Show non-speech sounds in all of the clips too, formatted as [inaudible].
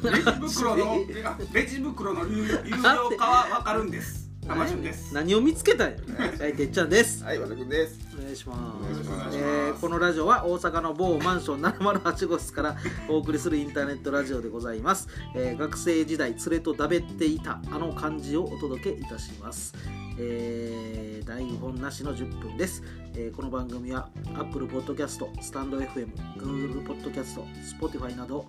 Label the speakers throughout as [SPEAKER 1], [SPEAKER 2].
[SPEAKER 1] レジ袋のレジ袋の有有料化はわかるんです生順です
[SPEAKER 2] 何を見つけたんやはいてっちゃんです
[SPEAKER 3] はい、和田君です。
[SPEAKER 2] お願いしま
[SPEAKER 3] お願い
[SPEAKER 2] す
[SPEAKER 3] します
[SPEAKER 2] えーこのラジオは大阪の某マンション708号室からお送りするインターネットラジオでございます、えー学生時代連れとだべっていたあの漢字をお届けいたします、えー台本なしの10分です、えーこの番組は Apple Podcast、StandFM、Google Podcast、Spotify など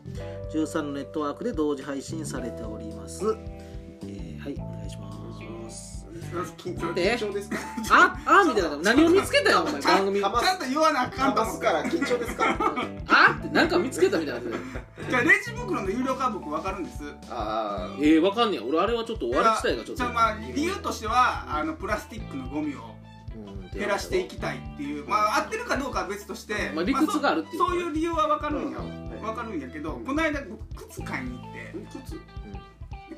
[SPEAKER 2] 13のネットワークで同時配信されております、えーはいお願いします
[SPEAKER 3] 緊張
[SPEAKER 2] え
[SPEAKER 3] 緊張ですか？
[SPEAKER 2] ああみたいな何を見つけたよお前
[SPEAKER 1] ちゃ
[SPEAKER 2] 番
[SPEAKER 1] ん
[SPEAKER 2] 組
[SPEAKER 1] ちゃんと言わなあか
[SPEAKER 3] カ
[SPEAKER 1] ん
[SPEAKER 3] ン
[SPEAKER 1] と
[SPEAKER 3] パ
[SPEAKER 1] 思
[SPEAKER 3] ス
[SPEAKER 1] う
[SPEAKER 3] から緊張ですか？
[SPEAKER 2] あってなんか見つけたみたいなやつ
[SPEAKER 1] じゃあレジ袋の有料化僕わかるんです
[SPEAKER 3] あ
[SPEAKER 2] えー、わかんねえ俺あれはちょっと終わり自体がちょ
[SPEAKER 1] じ
[SPEAKER 2] っと
[SPEAKER 1] ゃあまあ理由としてはあのプラスチックのゴミを
[SPEAKER 3] あ、
[SPEAKER 1] 減らしていきたいっていうまあ合ってるかどうかは別として
[SPEAKER 2] まあ理屈があるっていう
[SPEAKER 1] まあそうそういう理由はわかるんや
[SPEAKER 3] うん
[SPEAKER 1] わかるんやけどこの間僕靴買いに行って
[SPEAKER 3] 靴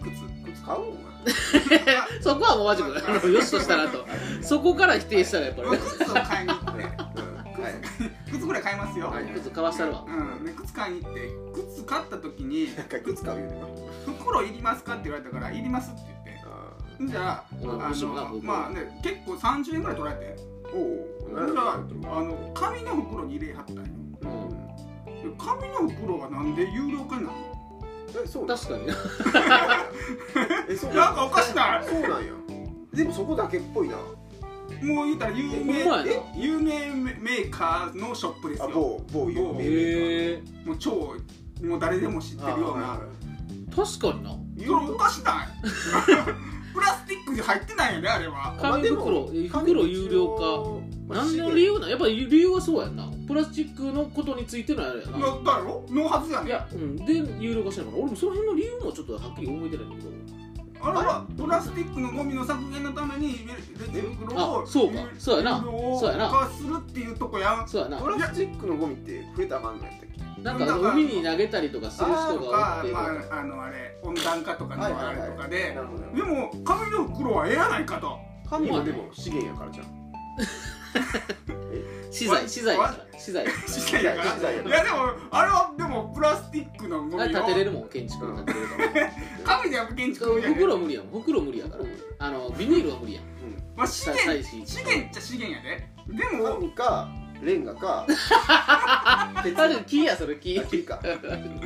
[SPEAKER 1] 靴
[SPEAKER 3] 靴
[SPEAKER 1] [laughs]
[SPEAKER 3] 買うお前。
[SPEAKER 2] そこはもうマジであのよしとしたらとそこから否定したらやっぱり、ね、
[SPEAKER 1] 靴を買いに行って
[SPEAKER 3] うんはい。
[SPEAKER 1] 靴ぐらい買いますよ、
[SPEAKER 3] はい
[SPEAKER 2] 靴かわしたるわ
[SPEAKER 1] うん、で靴買いに行って靴買った時に
[SPEAKER 3] なんか靴買うよね。
[SPEAKER 1] 「袋いりますか?」って言われたから「いります」って言って
[SPEAKER 3] あ
[SPEAKER 1] じゃああ
[SPEAKER 2] うん面白いな
[SPEAKER 1] のまあね結構30円ぐらい取られてじ
[SPEAKER 3] ーおお。
[SPEAKER 1] ゃああの紙の袋に入れはったんよ
[SPEAKER 2] うん
[SPEAKER 1] で紙の袋がなんで有料化になるの
[SPEAKER 3] えそうなの。
[SPEAKER 2] 確かにな
[SPEAKER 3] えそう
[SPEAKER 1] な
[SPEAKER 3] なんん
[SPEAKER 1] かおかしな
[SPEAKER 3] そうなんや。でもそこだけっぽいな。
[SPEAKER 1] いもう言ったら有名
[SPEAKER 2] ほんまやな
[SPEAKER 1] え有名メーカーのショップです
[SPEAKER 3] あ、
[SPEAKER 1] よ
[SPEAKER 3] 某某有名
[SPEAKER 2] へえ
[SPEAKER 1] もう超もう誰でも知ってるような
[SPEAKER 2] 確かにな
[SPEAKER 1] それおかしない [laughs] プラスチックに入ってないよねあれは
[SPEAKER 2] 紙袋え袋有料化何の理
[SPEAKER 3] 由？
[SPEAKER 2] 由なんやっぱり理由はそうやんなプラスチックのことについてのあれや
[SPEAKER 1] い
[SPEAKER 2] な
[SPEAKER 1] やだろのはずや
[SPEAKER 2] い
[SPEAKER 1] ねんあ
[SPEAKER 2] やうんで有料化したのかな俺もその辺の理由もちょっとはっきり覚えてないんだけど
[SPEAKER 1] れはプラスチックのゴミの削減のためにレジ袋を
[SPEAKER 2] あそうかそうやな
[SPEAKER 1] 有料
[SPEAKER 2] そうやな
[SPEAKER 1] 化するっていうとこやん
[SPEAKER 2] そうやな
[SPEAKER 3] プラスチックのゴミって増えたらあかんのやったっけ？
[SPEAKER 2] なんかあの海に投げたりとかする
[SPEAKER 1] と
[SPEAKER 2] 人がお
[SPEAKER 1] か
[SPEAKER 2] って
[SPEAKER 1] まああのあれ温暖化とかのあれとかで
[SPEAKER 3] なるほど。
[SPEAKER 1] でも紙の袋はええやないかと
[SPEAKER 3] 紙はでも資源やからじゃん。
[SPEAKER 2] 資材資材だから資材
[SPEAKER 1] 資材やから
[SPEAKER 3] 資材や
[SPEAKER 1] い
[SPEAKER 3] から
[SPEAKER 1] やでもあれはでもプラスチックのゴミを
[SPEAKER 2] あれ建てれるもん建築建てれるから
[SPEAKER 1] 紙でやる建築みたいな
[SPEAKER 2] 袋無理やもん袋無理やからあのビニールは無理やん
[SPEAKER 1] まあ資源
[SPEAKER 2] 資
[SPEAKER 1] 資源っちゃ資源やででも
[SPEAKER 3] 紙かレンガ [laughs] か鉄
[SPEAKER 2] 多分木やそれ木
[SPEAKER 3] あ木か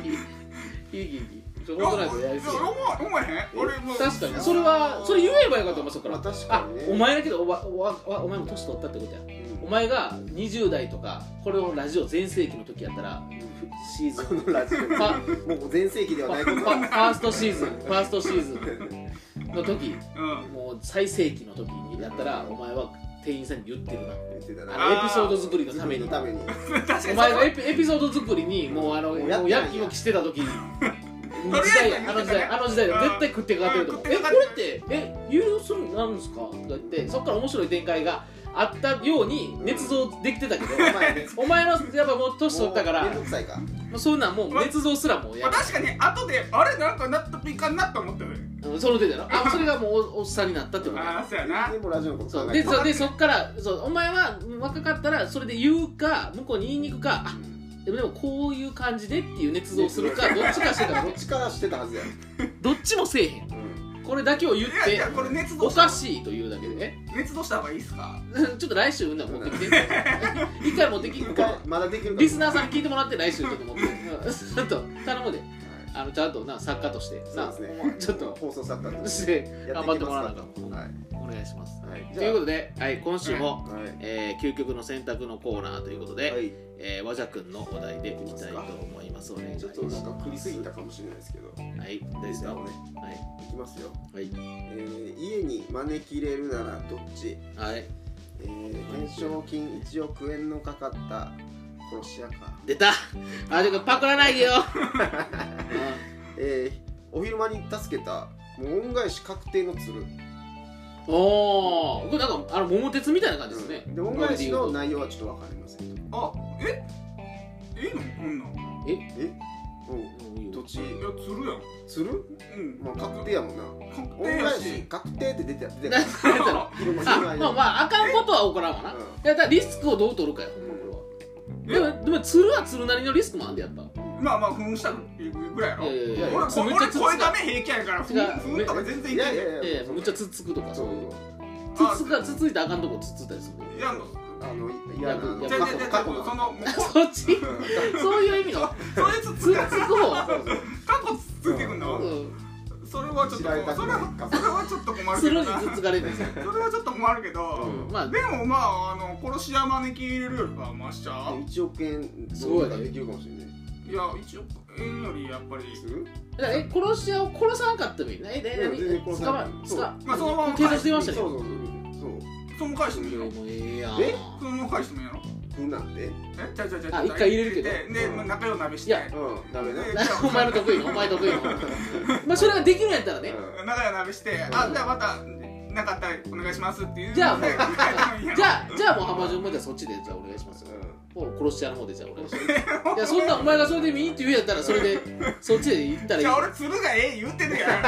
[SPEAKER 2] 木木木ちょ
[SPEAKER 1] いや思
[SPEAKER 2] ホットライトやりすぎや
[SPEAKER 1] わへん俺もう
[SPEAKER 2] 確かにそれはそれ言えばよかったお前そっか
[SPEAKER 3] まあ
[SPEAKER 2] ら
[SPEAKER 3] 確か
[SPEAKER 2] あ
[SPEAKER 3] にね
[SPEAKER 2] お前だけどおわおわおわお前も年取ったってことやお前が20代とかこれをラジオ全盛期の時やったら
[SPEAKER 3] [laughs]
[SPEAKER 2] シーズン
[SPEAKER 3] このラジオ
[SPEAKER 2] ファ
[SPEAKER 3] もう全盛期で
[SPEAKER 2] フ
[SPEAKER 3] はない
[SPEAKER 2] ァ
[SPEAKER 3] こ
[SPEAKER 2] フ
[SPEAKER 3] と
[SPEAKER 2] ァファーストシーズンファーストシーズンの時
[SPEAKER 1] うん
[SPEAKER 2] もう最盛期の時にやったらお前は店員さんに言ってるな
[SPEAKER 3] 言ってた
[SPEAKER 2] あ
[SPEAKER 3] な
[SPEAKER 2] のエピソード作りのために
[SPEAKER 3] ために
[SPEAKER 1] 確かに
[SPEAKER 2] お前がエピエピソード作りにもうあのも
[SPEAKER 3] もうやったん
[SPEAKER 2] う
[SPEAKER 3] や
[SPEAKER 2] やきもきしてた時に
[SPEAKER 1] とり
[SPEAKER 2] 時
[SPEAKER 1] あえ
[SPEAKER 2] 代
[SPEAKER 1] ず
[SPEAKER 2] あの時代あの時代
[SPEAKER 1] うん
[SPEAKER 2] 絶対食ってかかってると思う
[SPEAKER 1] うん
[SPEAKER 2] え
[SPEAKER 1] 食って
[SPEAKER 2] こ
[SPEAKER 1] かかっ
[SPEAKER 2] れってえ有料するなんですかとか言ってそっから面白い展開があったように捏造できてたけど
[SPEAKER 3] お前ね
[SPEAKER 2] お前のやっぱもう年取ったから
[SPEAKER 3] もうめん
[SPEAKER 2] も
[SPEAKER 3] どくさいか
[SPEAKER 2] うそんなんもう捏造すらもう
[SPEAKER 1] ま
[SPEAKER 2] や
[SPEAKER 1] あ、確かに後であれなんか納得いかんなと思ったよね
[SPEAKER 2] うんその程度やろあそれがもうおおっさんになったってことや
[SPEAKER 1] ああそうやな
[SPEAKER 3] でもラジオのこと
[SPEAKER 2] そう
[SPEAKER 3] 考
[SPEAKER 2] で
[SPEAKER 3] えて
[SPEAKER 2] そでそっからそうお前は若かったらそれで言うか向こうに言いに行くかあでもでもこういう感じでっていう捏造するかどっちかしてた
[SPEAKER 3] どっちからしてたはずや
[SPEAKER 2] どっちもせえへんこれだけを言っ
[SPEAKER 1] いやい
[SPEAKER 2] て
[SPEAKER 1] やこれ熱
[SPEAKER 2] お
[SPEAKER 1] 動し
[SPEAKER 2] か
[SPEAKER 1] た
[SPEAKER 2] しいというだけでね [laughs]
[SPEAKER 1] 熱動した方がいいっすか
[SPEAKER 2] ちょっと来週な持ってきて一回持ってき
[SPEAKER 3] 一
[SPEAKER 2] て
[SPEAKER 3] 回まだできるか
[SPEAKER 2] リスナーさんに聞いてもらって来週ちょっと持って [laughs] うんちょっと頼むであのちゃんとな作家として
[SPEAKER 3] そう
[SPEAKER 2] な
[SPEAKER 3] ですね
[SPEAKER 2] ちょっと
[SPEAKER 3] 放送作家と
[SPEAKER 2] し
[SPEAKER 3] してや
[SPEAKER 2] 頑
[SPEAKER 3] っていき
[SPEAKER 2] 張ってもら
[SPEAKER 3] ま
[SPEAKER 2] わなあ
[SPEAKER 3] す
[SPEAKER 2] かん
[SPEAKER 3] かはい
[SPEAKER 2] お願いします
[SPEAKER 3] はい
[SPEAKER 2] ということで、はい、今週
[SPEAKER 3] はい
[SPEAKER 2] も、えー究極の選択のコーナーということで、
[SPEAKER 3] はい
[SPEAKER 2] えー、和く君のお題でいきたいと思います。お願いし
[SPEAKER 3] ちょ
[SPEAKER 2] ま
[SPEAKER 3] っ
[SPEAKER 2] す。
[SPEAKER 3] となんか食りすぎたかもしれないですけど
[SPEAKER 2] はい、大丈夫です
[SPEAKER 3] あの
[SPEAKER 2] よ。
[SPEAKER 3] ね
[SPEAKER 2] はい
[SPEAKER 3] きますよ
[SPEAKER 2] い、はい、
[SPEAKER 3] えー家に招き入れるならどっち
[SPEAKER 2] はい、
[SPEAKER 3] えー懸賞金1億円のかかった殺し屋か
[SPEAKER 2] 出た。 [laughs] あ、でもパクらないで
[SPEAKER 3] [laughs]
[SPEAKER 2] よ。
[SPEAKER 3] えーお昼間に助けたもう恩返し確定の鶴
[SPEAKER 2] うんおお、これなんか、あの桃鉄みたいな感じですね。
[SPEAKER 3] で恩返しの内容はちょっとわかりませんと
[SPEAKER 1] あえいいのこんなんい
[SPEAKER 3] えう
[SPEAKER 2] うんいい
[SPEAKER 3] ん
[SPEAKER 2] よ
[SPEAKER 3] どっち
[SPEAKER 1] や釣るやん
[SPEAKER 3] 鶴
[SPEAKER 1] うん
[SPEAKER 3] まあ確定やもんな
[SPEAKER 1] 確定
[SPEAKER 3] 恩
[SPEAKER 1] や
[SPEAKER 3] 返し
[SPEAKER 1] し
[SPEAKER 3] 確定って出て出て
[SPEAKER 2] な
[SPEAKER 3] た
[SPEAKER 2] なんだろ
[SPEAKER 3] 昼間
[SPEAKER 2] あ、
[SPEAKER 3] の内
[SPEAKER 2] まあ、
[SPEAKER 3] 容
[SPEAKER 2] まあ、あかんことは起こらんわな。
[SPEAKER 3] うん
[SPEAKER 2] いや、だからリスクをどう取るかよ、ほんまこれは。でも、でも、鶴は鶴なりのリスクもあんで、やっぱ。
[SPEAKER 1] まあまあふんしたぐらいやろ
[SPEAKER 2] いやいや
[SPEAKER 3] いや
[SPEAKER 1] 俺
[SPEAKER 2] そう
[SPEAKER 1] 俺
[SPEAKER 2] めっちゃつつ
[SPEAKER 1] 声だめ平気やからふん
[SPEAKER 2] 違う
[SPEAKER 1] ふんとか全然い
[SPEAKER 3] い
[SPEAKER 1] けな
[SPEAKER 3] や
[SPEAKER 1] いいや
[SPEAKER 3] いやい
[SPEAKER 2] いや
[SPEAKER 3] や
[SPEAKER 2] いやむっちゃつっつくとか
[SPEAKER 3] そ
[SPEAKER 2] そう
[SPEAKER 3] う
[SPEAKER 2] いう
[SPEAKER 1] あ
[SPEAKER 2] つつかつついたらあかんとこつついたりする
[SPEAKER 1] いやもう
[SPEAKER 3] あのいや
[SPEAKER 2] いや
[SPEAKER 1] じゃ
[SPEAKER 2] い
[SPEAKER 1] あ
[SPEAKER 3] 過
[SPEAKER 1] じゃあじ
[SPEAKER 3] 去
[SPEAKER 1] ゃあ
[SPEAKER 3] 過
[SPEAKER 1] そ
[SPEAKER 3] 去が
[SPEAKER 1] のもうこ
[SPEAKER 2] そっちそういう意味の
[SPEAKER 1] それつつ
[SPEAKER 2] つつく方
[SPEAKER 3] そうそう
[SPEAKER 1] 過去つついてくんの
[SPEAKER 2] うん
[SPEAKER 1] それはちょっと
[SPEAKER 3] 知られたくない
[SPEAKER 1] それはそれはちょっと困るけ
[SPEAKER 2] つる
[SPEAKER 1] ど
[SPEAKER 2] り
[SPEAKER 1] な
[SPEAKER 2] つつかれてる
[SPEAKER 1] それはちょっと困るけ
[SPEAKER 3] う
[SPEAKER 1] ど
[SPEAKER 3] ん
[SPEAKER 2] まあ
[SPEAKER 1] でもまああの殺し屋招き入れるよりかはマシちゃう
[SPEAKER 3] 1億円
[SPEAKER 2] すごいね
[SPEAKER 3] どうにかできるかもしれない
[SPEAKER 1] いや一応円よりやっぱり
[SPEAKER 3] する
[SPEAKER 2] だからえ殺し屋を殺さなかったもいいねえで
[SPEAKER 3] うん全然
[SPEAKER 2] 何
[SPEAKER 3] 殺さ
[SPEAKER 2] 捕
[SPEAKER 3] な
[SPEAKER 2] ま
[SPEAKER 3] い
[SPEAKER 2] え捕ま
[SPEAKER 1] まあそのまま
[SPEAKER 2] 警察出ましたね
[SPEAKER 3] そうそうそう
[SPEAKER 1] その返してもいい
[SPEAKER 2] い
[SPEAKER 1] よ
[SPEAKER 2] やもうええやん
[SPEAKER 3] え
[SPEAKER 1] そのまま返してもいいやろ
[SPEAKER 3] そうふんなんで
[SPEAKER 1] えちゃうちゃうちゃう
[SPEAKER 2] あ一回入れるけど
[SPEAKER 1] ででまあ仲良く鍋して
[SPEAKER 2] いや
[SPEAKER 3] うんダメね
[SPEAKER 1] で
[SPEAKER 2] [laughs] お前の得意のお前の得意のまあそれができるんやったらね
[SPEAKER 3] う
[SPEAKER 1] 仲良く鍋してあじゃあまたなかったらお願いしますっていう
[SPEAKER 2] じゃあもう
[SPEAKER 1] で考え [laughs] てもいいやろ
[SPEAKER 2] じゃあじゃあもう浜順もじゃあそっちでじゃあお願いしますよ
[SPEAKER 3] ん
[SPEAKER 2] もう殺し屋の方でじゃあ
[SPEAKER 1] [laughs]
[SPEAKER 2] 俺はいやそんなお前がそれでもいいって言うんやったらそれでそっちで行ったらい
[SPEAKER 1] じ
[SPEAKER 2] いじ
[SPEAKER 1] ゃあ俺鶴がええ言うてるやん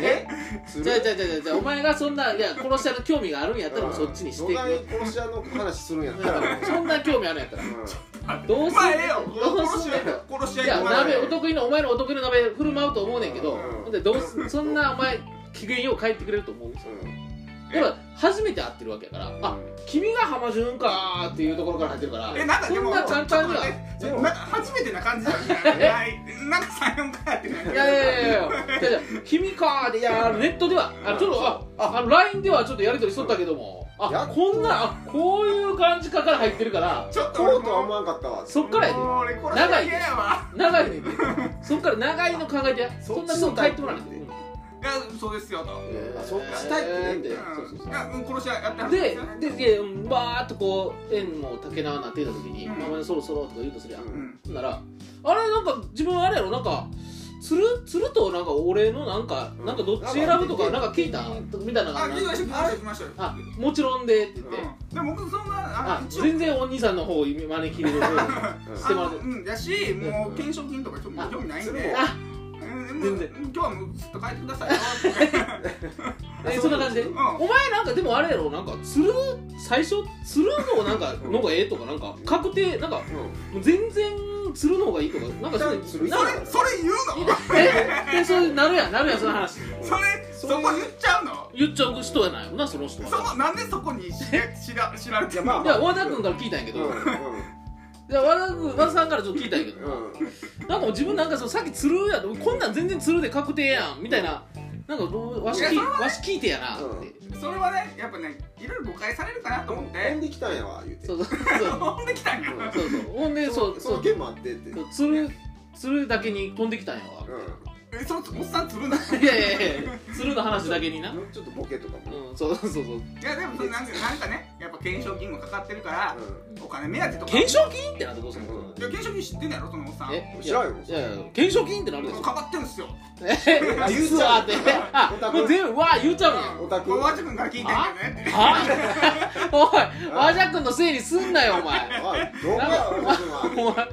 [SPEAKER 2] え
[SPEAKER 3] する
[SPEAKER 2] じゃあじゃあじゃあじゃあお前がそんないや殺し屋の興味があるんやったらもうそっちにして
[SPEAKER 3] 野田殺し屋の話するんやったらもう
[SPEAKER 2] [laughs] そんな興味あるんやったら
[SPEAKER 3] う
[SPEAKER 2] [laughs] どうす
[SPEAKER 1] まあええよ
[SPEAKER 2] どう
[SPEAKER 1] 殺
[SPEAKER 2] す
[SPEAKER 1] し
[SPEAKER 2] ん
[SPEAKER 1] 屋
[SPEAKER 2] ね
[SPEAKER 1] や
[SPEAKER 2] んと
[SPEAKER 1] 殺し
[SPEAKER 2] い
[SPEAKER 1] 屋
[SPEAKER 2] や
[SPEAKER 1] やから
[SPEAKER 2] 鍋お得意のお前のお得意の鍋振る舞うと思うねんけど
[SPEAKER 3] うん
[SPEAKER 2] ほんでどうすそんなお前機嫌よう帰ってくれると思うや
[SPEAKER 3] んうん
[SPEAKER 1] え
[SPEAKER 2] っぱ初めて会ってるわけやからあ君が浜順かーっていうところから入ってるから
[SPEAKER 1] えなんかで
[SPEAKER 2] そん
[SPEAKER 1] も
[SPEAKER 2] な簡単には
[SPEAKER 1] ちょっと待ってなんか初めてな感じだよねないなんか三四回やってない
[SPEAKER 2] いやいやいや
[SPEAKER 1] [laughs]
[SPEAKER 2] いやいやいや君かーでいやーネットではあちょっとあああの LINE ではちょっとやり取りしとったけども
[SPEAKER 3] や
[SPEAKER 2] あ
[SPEAKER 3] っ
[SPEAKER 2] こんなあこういう感じかから入ってるから
[SPEAKER 1] ちょっと
[SPEAKER 3] こ
[SPEAKER 1] 俺
[SPEAKER 3] うとは思
[SPEAKER 1] も
[SPEAKER 3] わんかったわ
[SPEAKER 2] そっからやで
[SPEAKER 1] もう俺殺し屋嫌やわ
[SPEAKER 2] 長いねんでそっから長いの考えてやそんなすぐ帰ってもらわないで
[SPEAKER 3] そっちの
[SPEAKER 1] いやそうですよと
[SPEAKER 3] あそっちしたいってねえんだよ
[SPEAKER 1] うん
[SPEAKER 3] そうそうそう
[SPEAKER 1] いやうん殺し屋やってはるん
[SPEAKER 2] で
[SPEAKER 1] よね
[SPEAKER 2] ででバーっとこう縁も竹縄なってた時に「
[SPEAKER 1] うん
[SPEAKER 2] お前そろそろ」とか言うとするやん
[SPEAKER 3] う
[SPEAKER 1] うん
[SPEAKER 2] ほんならあれなんか自分あれやろなんか鶴鶴となんか俺のなんかなんかどっち選ぶとかなんか聞いたみたいな
[SPEAKER 1] あ
[SPEAKER 2] 感
[SPEAKER 1] 聞
[SPEAKER 2] じ
[SPEAKER 1] きました聞きました聞きましたよ
[SPEAKER 2] あもちろんでって言って
[SPEAKER 1] うんで僕そんな
[SPEAKER 2] あ
[SPEAKER 1] あ一応
[SPEAKER 2] 全然お兄さんの方を招き入れる
[SPEAKER 3] うん
[SPEAKER 2] してもらっ
[SPEAKER 1] あの
[SPEAKER 2] て
[SPEAKER 1] うんやしもう懸賞金とかちょっと興味ないんで
[SPEAKER 2] あ
[SPEAKER 1] うん
[SPEAKER 2] 全然
[SPEAKER 1] もう今日はもうずっと帰ってくだ
[SPEAKER 2] [laughs]
[SPEAKER 1] さいよって
[SPEAKER 2] えそんな感じで、
[SPEAKER 1] ん
[SPEAKER 2] お前なんかでもあれやろなんか釣る最初釣るのなんかのがええとかなんか確定なんかもう全然釣るのがいいとかなんかそういう
[SPEAKER 3] 釣る
[SPEAKER 2] なんか
[SPEAKER 1] それ言うの
[SPEAKER 2] えでそうなるやんなるやんその話
[SPEAKER 1] それそこ言っちゃうの
[SPEAKER 2] 言っちゃう人やないもんなその人
[SPEAKER 1] そ
[SPEAKER 2] は
[SPEAKER 1] こなんでそこに知ら知ら知られてる
[SPEAKER 3] いやま
[SPEAKER 1] の
[SPEAKER 3] あ
[SPEAKER 2] いや和田君から聞いたんやけ
[SPEAKER 3] うん
[SPEAKER 2] ど、いや和田君和田さんからちょっと聞いたんやけど、
[SPEAKER 3] うんうん
[SPEAKER 2] なんかもう自分なんかそのさっき釣るやとこんなん全然釣るで確定やんみたいななんかどうわし聞い
[SPEAKER 1] いやそれは
[SPEAKER 2] わし聞いてやなって、
[SPEAKER 3] うん
[SPEAKER 1] それはねやっぱねいろいろ誤解されるかなと思っ
[SPEAKER 3] 飛
[SPEAKER 1] て
[SPEAKER 3] んできたんやわ言うて
[SPEAKER 2] そうそうそう
[SPEAKER 1] 飛んできたんや
[SPEAKER 3] うん
[SPEAKER 2] そうそうほんでそう
[SPEAKER 3] そ
[SPEAKER 2] そ
[SPEAKER 3] の
[SPEAKER 2] う
[SPEAKER 3] 件もあってって
[SPEAKER 2] つるつるだけに飛んできたんやわ、
[SPEAKER 3] う
[SPEAKER 1] えそのおっさんつるんだ
[SPEAKER 2] いやいやいやつるの話だけになうん
[SPEAKER 3] ちょっとボケとかも
[SPEAKER 2] んそうそうそうそう
[SPEAKER 1] いやでもそれなんかなんかねやっぱ懸賞金もかかってるから
[SPEAKER 3] う
[SPEAKER 1] お金目当てとか
[SPEAKER 2] 懸賞金ってなってどうするの
[SPEAKER 1] いや懸賞金知ってんやろそのおっさん
[SPEAKER 2] え
[SPEAKER 3] ん
[SPEAKER 2] い
[SPEAKER 3] 知らん
[SPEAKER 2] や
[SPEAKER 3] よ
[SPEAKER 2] いやいや懸賞金ってなるでしょ
[SPEAKER 1] かかってるんすよ
[SPEAKER 2] え実はってあもう全部わあ言うちゃうんや
[SPEAKER 3] オタク
[SPEAKER 1] これワジ君から聞いてんだよねって
[SPEAKER 2] はおい和田君のせいにすんなよお前
[SPEAKER 3] おいどこや俺は
[SPEAKER 2] お前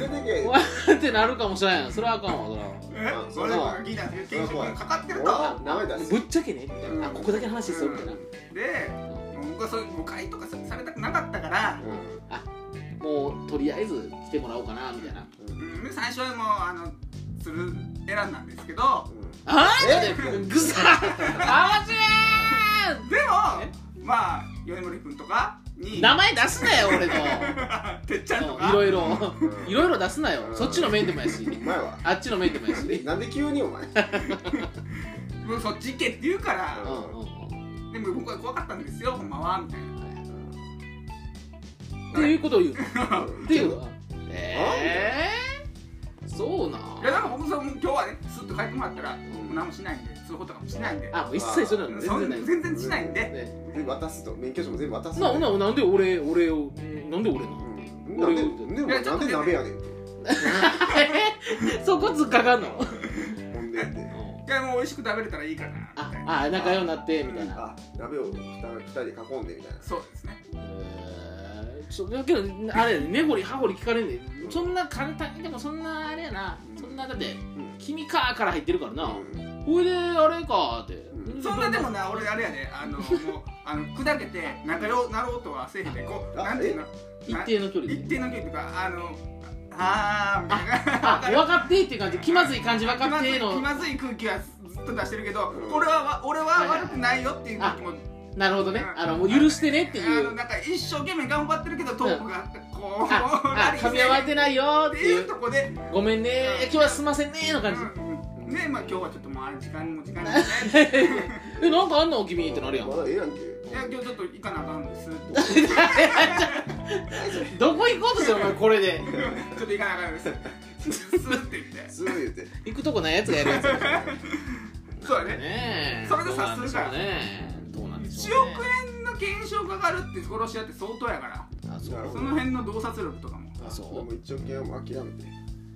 [SPEAKER 3] 連れて
[SPEAKER 2] お前ってなるかもしれんやんそれはあかんわそれは
[SPEAKER 1] え
[SPEAKER 3] あ
[SPEAKER 1] それから聞いたんですよ懸賞金かかって
[SPEAKER 3] け
[SPEAKER 1] る
[SPEAKER 3] 俺
[SPEAKER 1] と
[SPEAKER 3] はダメだし
[SPEAKER 2] ぶっちゃけねみたいなあここだけの話ですよみたいな
[SPEAKER 1] で僕はそういう誤解とかさされたくなかったから
[SPEAKER 3] うん
[SPEAKER 2] もうとりあえず来てもらおうかなみたいな
[SPEAKER 1] うん最初はもうあのつる選んだんですけど
[SPEAKER 2] あ
[SPEAKER 3] え
[SPEAKER 2] ーぐさあま
[SPEAKER 1] でもまあ米森君とか
[SPEAKER 2] じー
[SPEAKER 1] に
[SPEAKER 2] 名前出すなよ俺の
[SPEAKER 1] てっちゃんとか
[SPEAKER 2] いろいろいろいろ出すなよ
[SPEAKER 3] うん
[SPEAKER 2] そっちのメインでもやし
[SPEAKER 3] お前は
[SPEAKER 2] あっちのメインでもやし
[SPEAKER 3] なんでなんで急にお前
[SPEAKER 1] もうそっち行けって言うから
[SPEAKER 2] うんうん
[SPEAKER 1] でも僕は怖かったんですよほんまはみたいな
[SPEAKER 2] うんっていうことを言うっていうのはえ
[SPEAKER 3] え
[SPEAKER 2] ーそうない
[SPEAKER 1] や
[SPEAKER 2] ん
[SPEAKER 1] でも僕さもう今日はねスッと帰ってもらったら僕何もしないんで通報とかもしないんで
[SPEAKER 2] あもう一切それなの
[SPEAKER 1] そ
[SPEAKER 2] 全
[SPEAKER 1] ん
[SPEAKER 2] 然
[SPEAKER 1] な
[SPEAKER 2] ない
[SPEAKER 1] 全然しないんで
[SPEAKER 2] ね
[SPEAKER 3] で渡すと免許証も全部渡す
[SPEAKER 2] な
[SPEAKER 3] と
[SPEAKER 2] ななんで俺俺をなんで俺な
[SPEAKER 3] う
[SPEAKER 2] [laughs] の
[SPEAKER 3] んなんででもなんで鍋やねんって
[SPEAKER 2] そこ突っかかんの
[SPEAKER 3] ほんでって
[SPEAKER 1] いやもう美味しく食べれたらいいかなみ
[SPEAKER 2] あ
[SPEAKER 1] たいな
[SPEAKER 2] あ仲良くなってみたいな
[SPEAKER 3] あ鍋を二人で囲んでみたいな
[SPEAKER 1] そうですね
[SPEAKER 2] えーちょだけどあれやね根掘り葉掘り聞かれんでそんな簡単にでもそんなあれやなそんなだって「君か」から入ってるからな
[SPEAKER 3] うん
[SPEAKER 2] ほいであれかって
[SPEAKER 3] う
[SPEAKER 1] そんなでもな俺あれやであのもうあの砕けて仲良くなろうとはせえへんでこう
[SPEAKER 3] あ
[SPEAKER 1] なんていうの
[SPEAKER 2] 一定の距離
[SPEAKER 1] 一
[SPEAKER 2] で
[SPEAKER 1] 定の距離とかあのあはーみたいな
[SPEAKER 2] あ分かってっていう感じ気まずい感じ分
[SPEAKER 1] 気
[SPEAKER 2] か
[SPEAKER 1] ま
[SPEAKER 2] っ
[SPEAKER 1] ず
[SPEAKER 2] て
[SPEAKER 1] い気
[SPEAKER 2] の
[SPEAKER 1] まずい空気はずっと出してるけど
[SPEAKER 3] うん
[SPEAKER 1] 俺はわ俺
[SPEAKER 2] は
[SPEAKER 1] はい
[SPEAKER 2] はい
[SPEAKER 1] 悪くないよっていう空気も
[SPEAKER 2] なるほどねあのもう許してねってい
[SPEAKER 1] あの
[SPEAKER 2] う
[SPEAKER 1] なんか一生懸命頑張ってるけどトークがこう
[SPEAKER 2] ああ
[SPEAKER 1] ラリー
[SPEAKER 2] 噛み合われてないよー
[SPEAKER 1] っ
[SPEAKER 2] ってて
[SPEAKER 1] い
[SPEAKER 2] いうう
[SPEAKER 1] とこで
[SPEAKER 2] ごめんねー今日はすんませんねーの感じ
[SPEAKER 1] うんねまあ今日はちょっともうあれ時間も時間です
[SPEAKER 2] [laughs]
[SPEAKER 1] ね
[SPEAKER 2] えなんかあんの君ってなるやん
[SPEAKER 3] まだええやんけ
[SPEAKER 1] いや今日ちょっと行かなあかんです
[SPEAKER 2] どこ行こうとしてるお前これで
[SPEAKER 1] ちょっと行かなあかんですスーって言って
[SPEAKER 3] すぐ言うて
[SPEAKER 2] 行くとこないやつがやるやつ
[SPEAKER 1] そうだね
[SPEAKER 2] ねえ
[SPEAKER 1] それで察するから
[SPEAKER 2] どうなんでしょうねどうなんでし
[SPEAKER 1] 1
[SPEAKER 2] ょうね
[SPEAKER 1] 億円の検証かかるって殺し屋って相当やから
[SPEAKER 2] あそう
[SPEAKER 3] なるほ
[SPEAKER 1] そ
[SPEAKER 3] ど
[SPEAKER 1] の辺の洞察力とかも
[SPEAKER 2] あそう
[SPEAKER 3] でも一応件はもう諦めて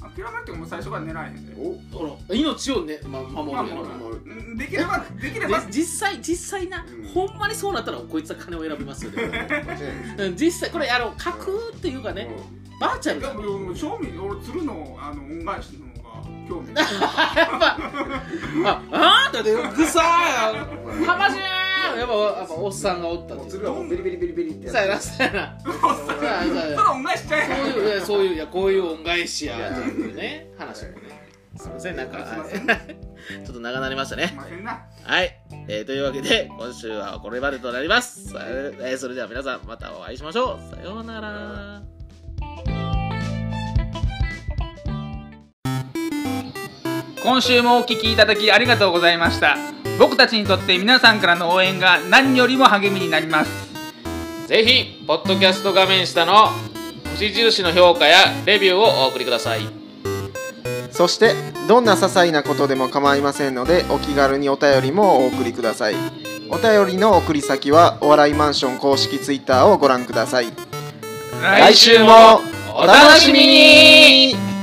[SPEAKER 1] 諦めてもう最初から狙えへんで
[SPEAKER 3] お
[SPEAKER 2] ほら命をね、ま、守
[SPEAKER 1] まあ
[SPEAKER 2] るや
[SPEAKER 1] も
[SPEAKER 2] ろ
[SPEAKER 1] う
[SPEAKER 3] 守る
[SPEAKER 1] うんできればできれば
[SPEAKER 2] じ実際実際な、
[SPEAKER 3] うん
[SPEAKER 2] ほんまにそうなったらこいつは金を選びますよね
[SPEAKER 3] 間違いない
[SPEAKER 2] うん実際これあの架空っていうかね、バーチャル
[SPEAKER 1] い
[SPEAKER 2] だ
[SPEAKER 1] や
[SPEAKER 2] やっ
[SPEAKER 1] もう正味俺鶴のあの恩返しの方が興 [laughs] 味
[SPEAKER 2] ぱああーだってぐさー
[SPEAKER 3] うん
[SPEAKER 2] ハマじゃーやっぱやっぱおっさんがおったん
[SPEAKER 3] もう
[SPEAKER 2] です
[SPEAKER 3] 鶴はもうビリビリビリビリ
[SPEAKER 2] [laughs]
[SPEAKER 3] って
[SPEAKER 2] さや
[SPEAKER 3] や
[SPEAKER 2] な
[SPEAKER 3] つ
[SPEAKER 2] さやな
[SPEAKER 1] おっさん
[SPEAKER 2] さやなさ
[SPEAKER 1] そら
[SPEAKER 2] やな
[SPEAKER 1] 恩返しちゃえ
[SPEAKER 2] そ
[SPEAKER 1] へん
[SPEAKER 2] ういういやそういういやこういう恩返しやっていうね話もねすいませんなんか
[SPEAKER 1] すいません
[SPEAKER 2] [laughs] ちょっと長なりましたね
[SPEAKER 1] すいませんな
[SPEAKER 2] はい、えーというわけで今週はこれまでとなります、さよえーそれでは皆さんまたお会いしましょうさようなら
[SPEAKER 4] 今週もお聞きいただきありがとうございました僕たちにとって皆さんからの応援が何よりも励みになります
[SPEAKER 2] ぜひポッドキャスト画面下の星印の評価やレビューをお送りください
[SPEAKER 3] そしてどんな些細なことでも構いませんのでお気軽にお便りもお送りくださいお便りの送り先はお笑いマンション公式ツイッターをご覧ください
[SPEAKER 4] 来
[SPEAKER 3] 来週もお楽しみに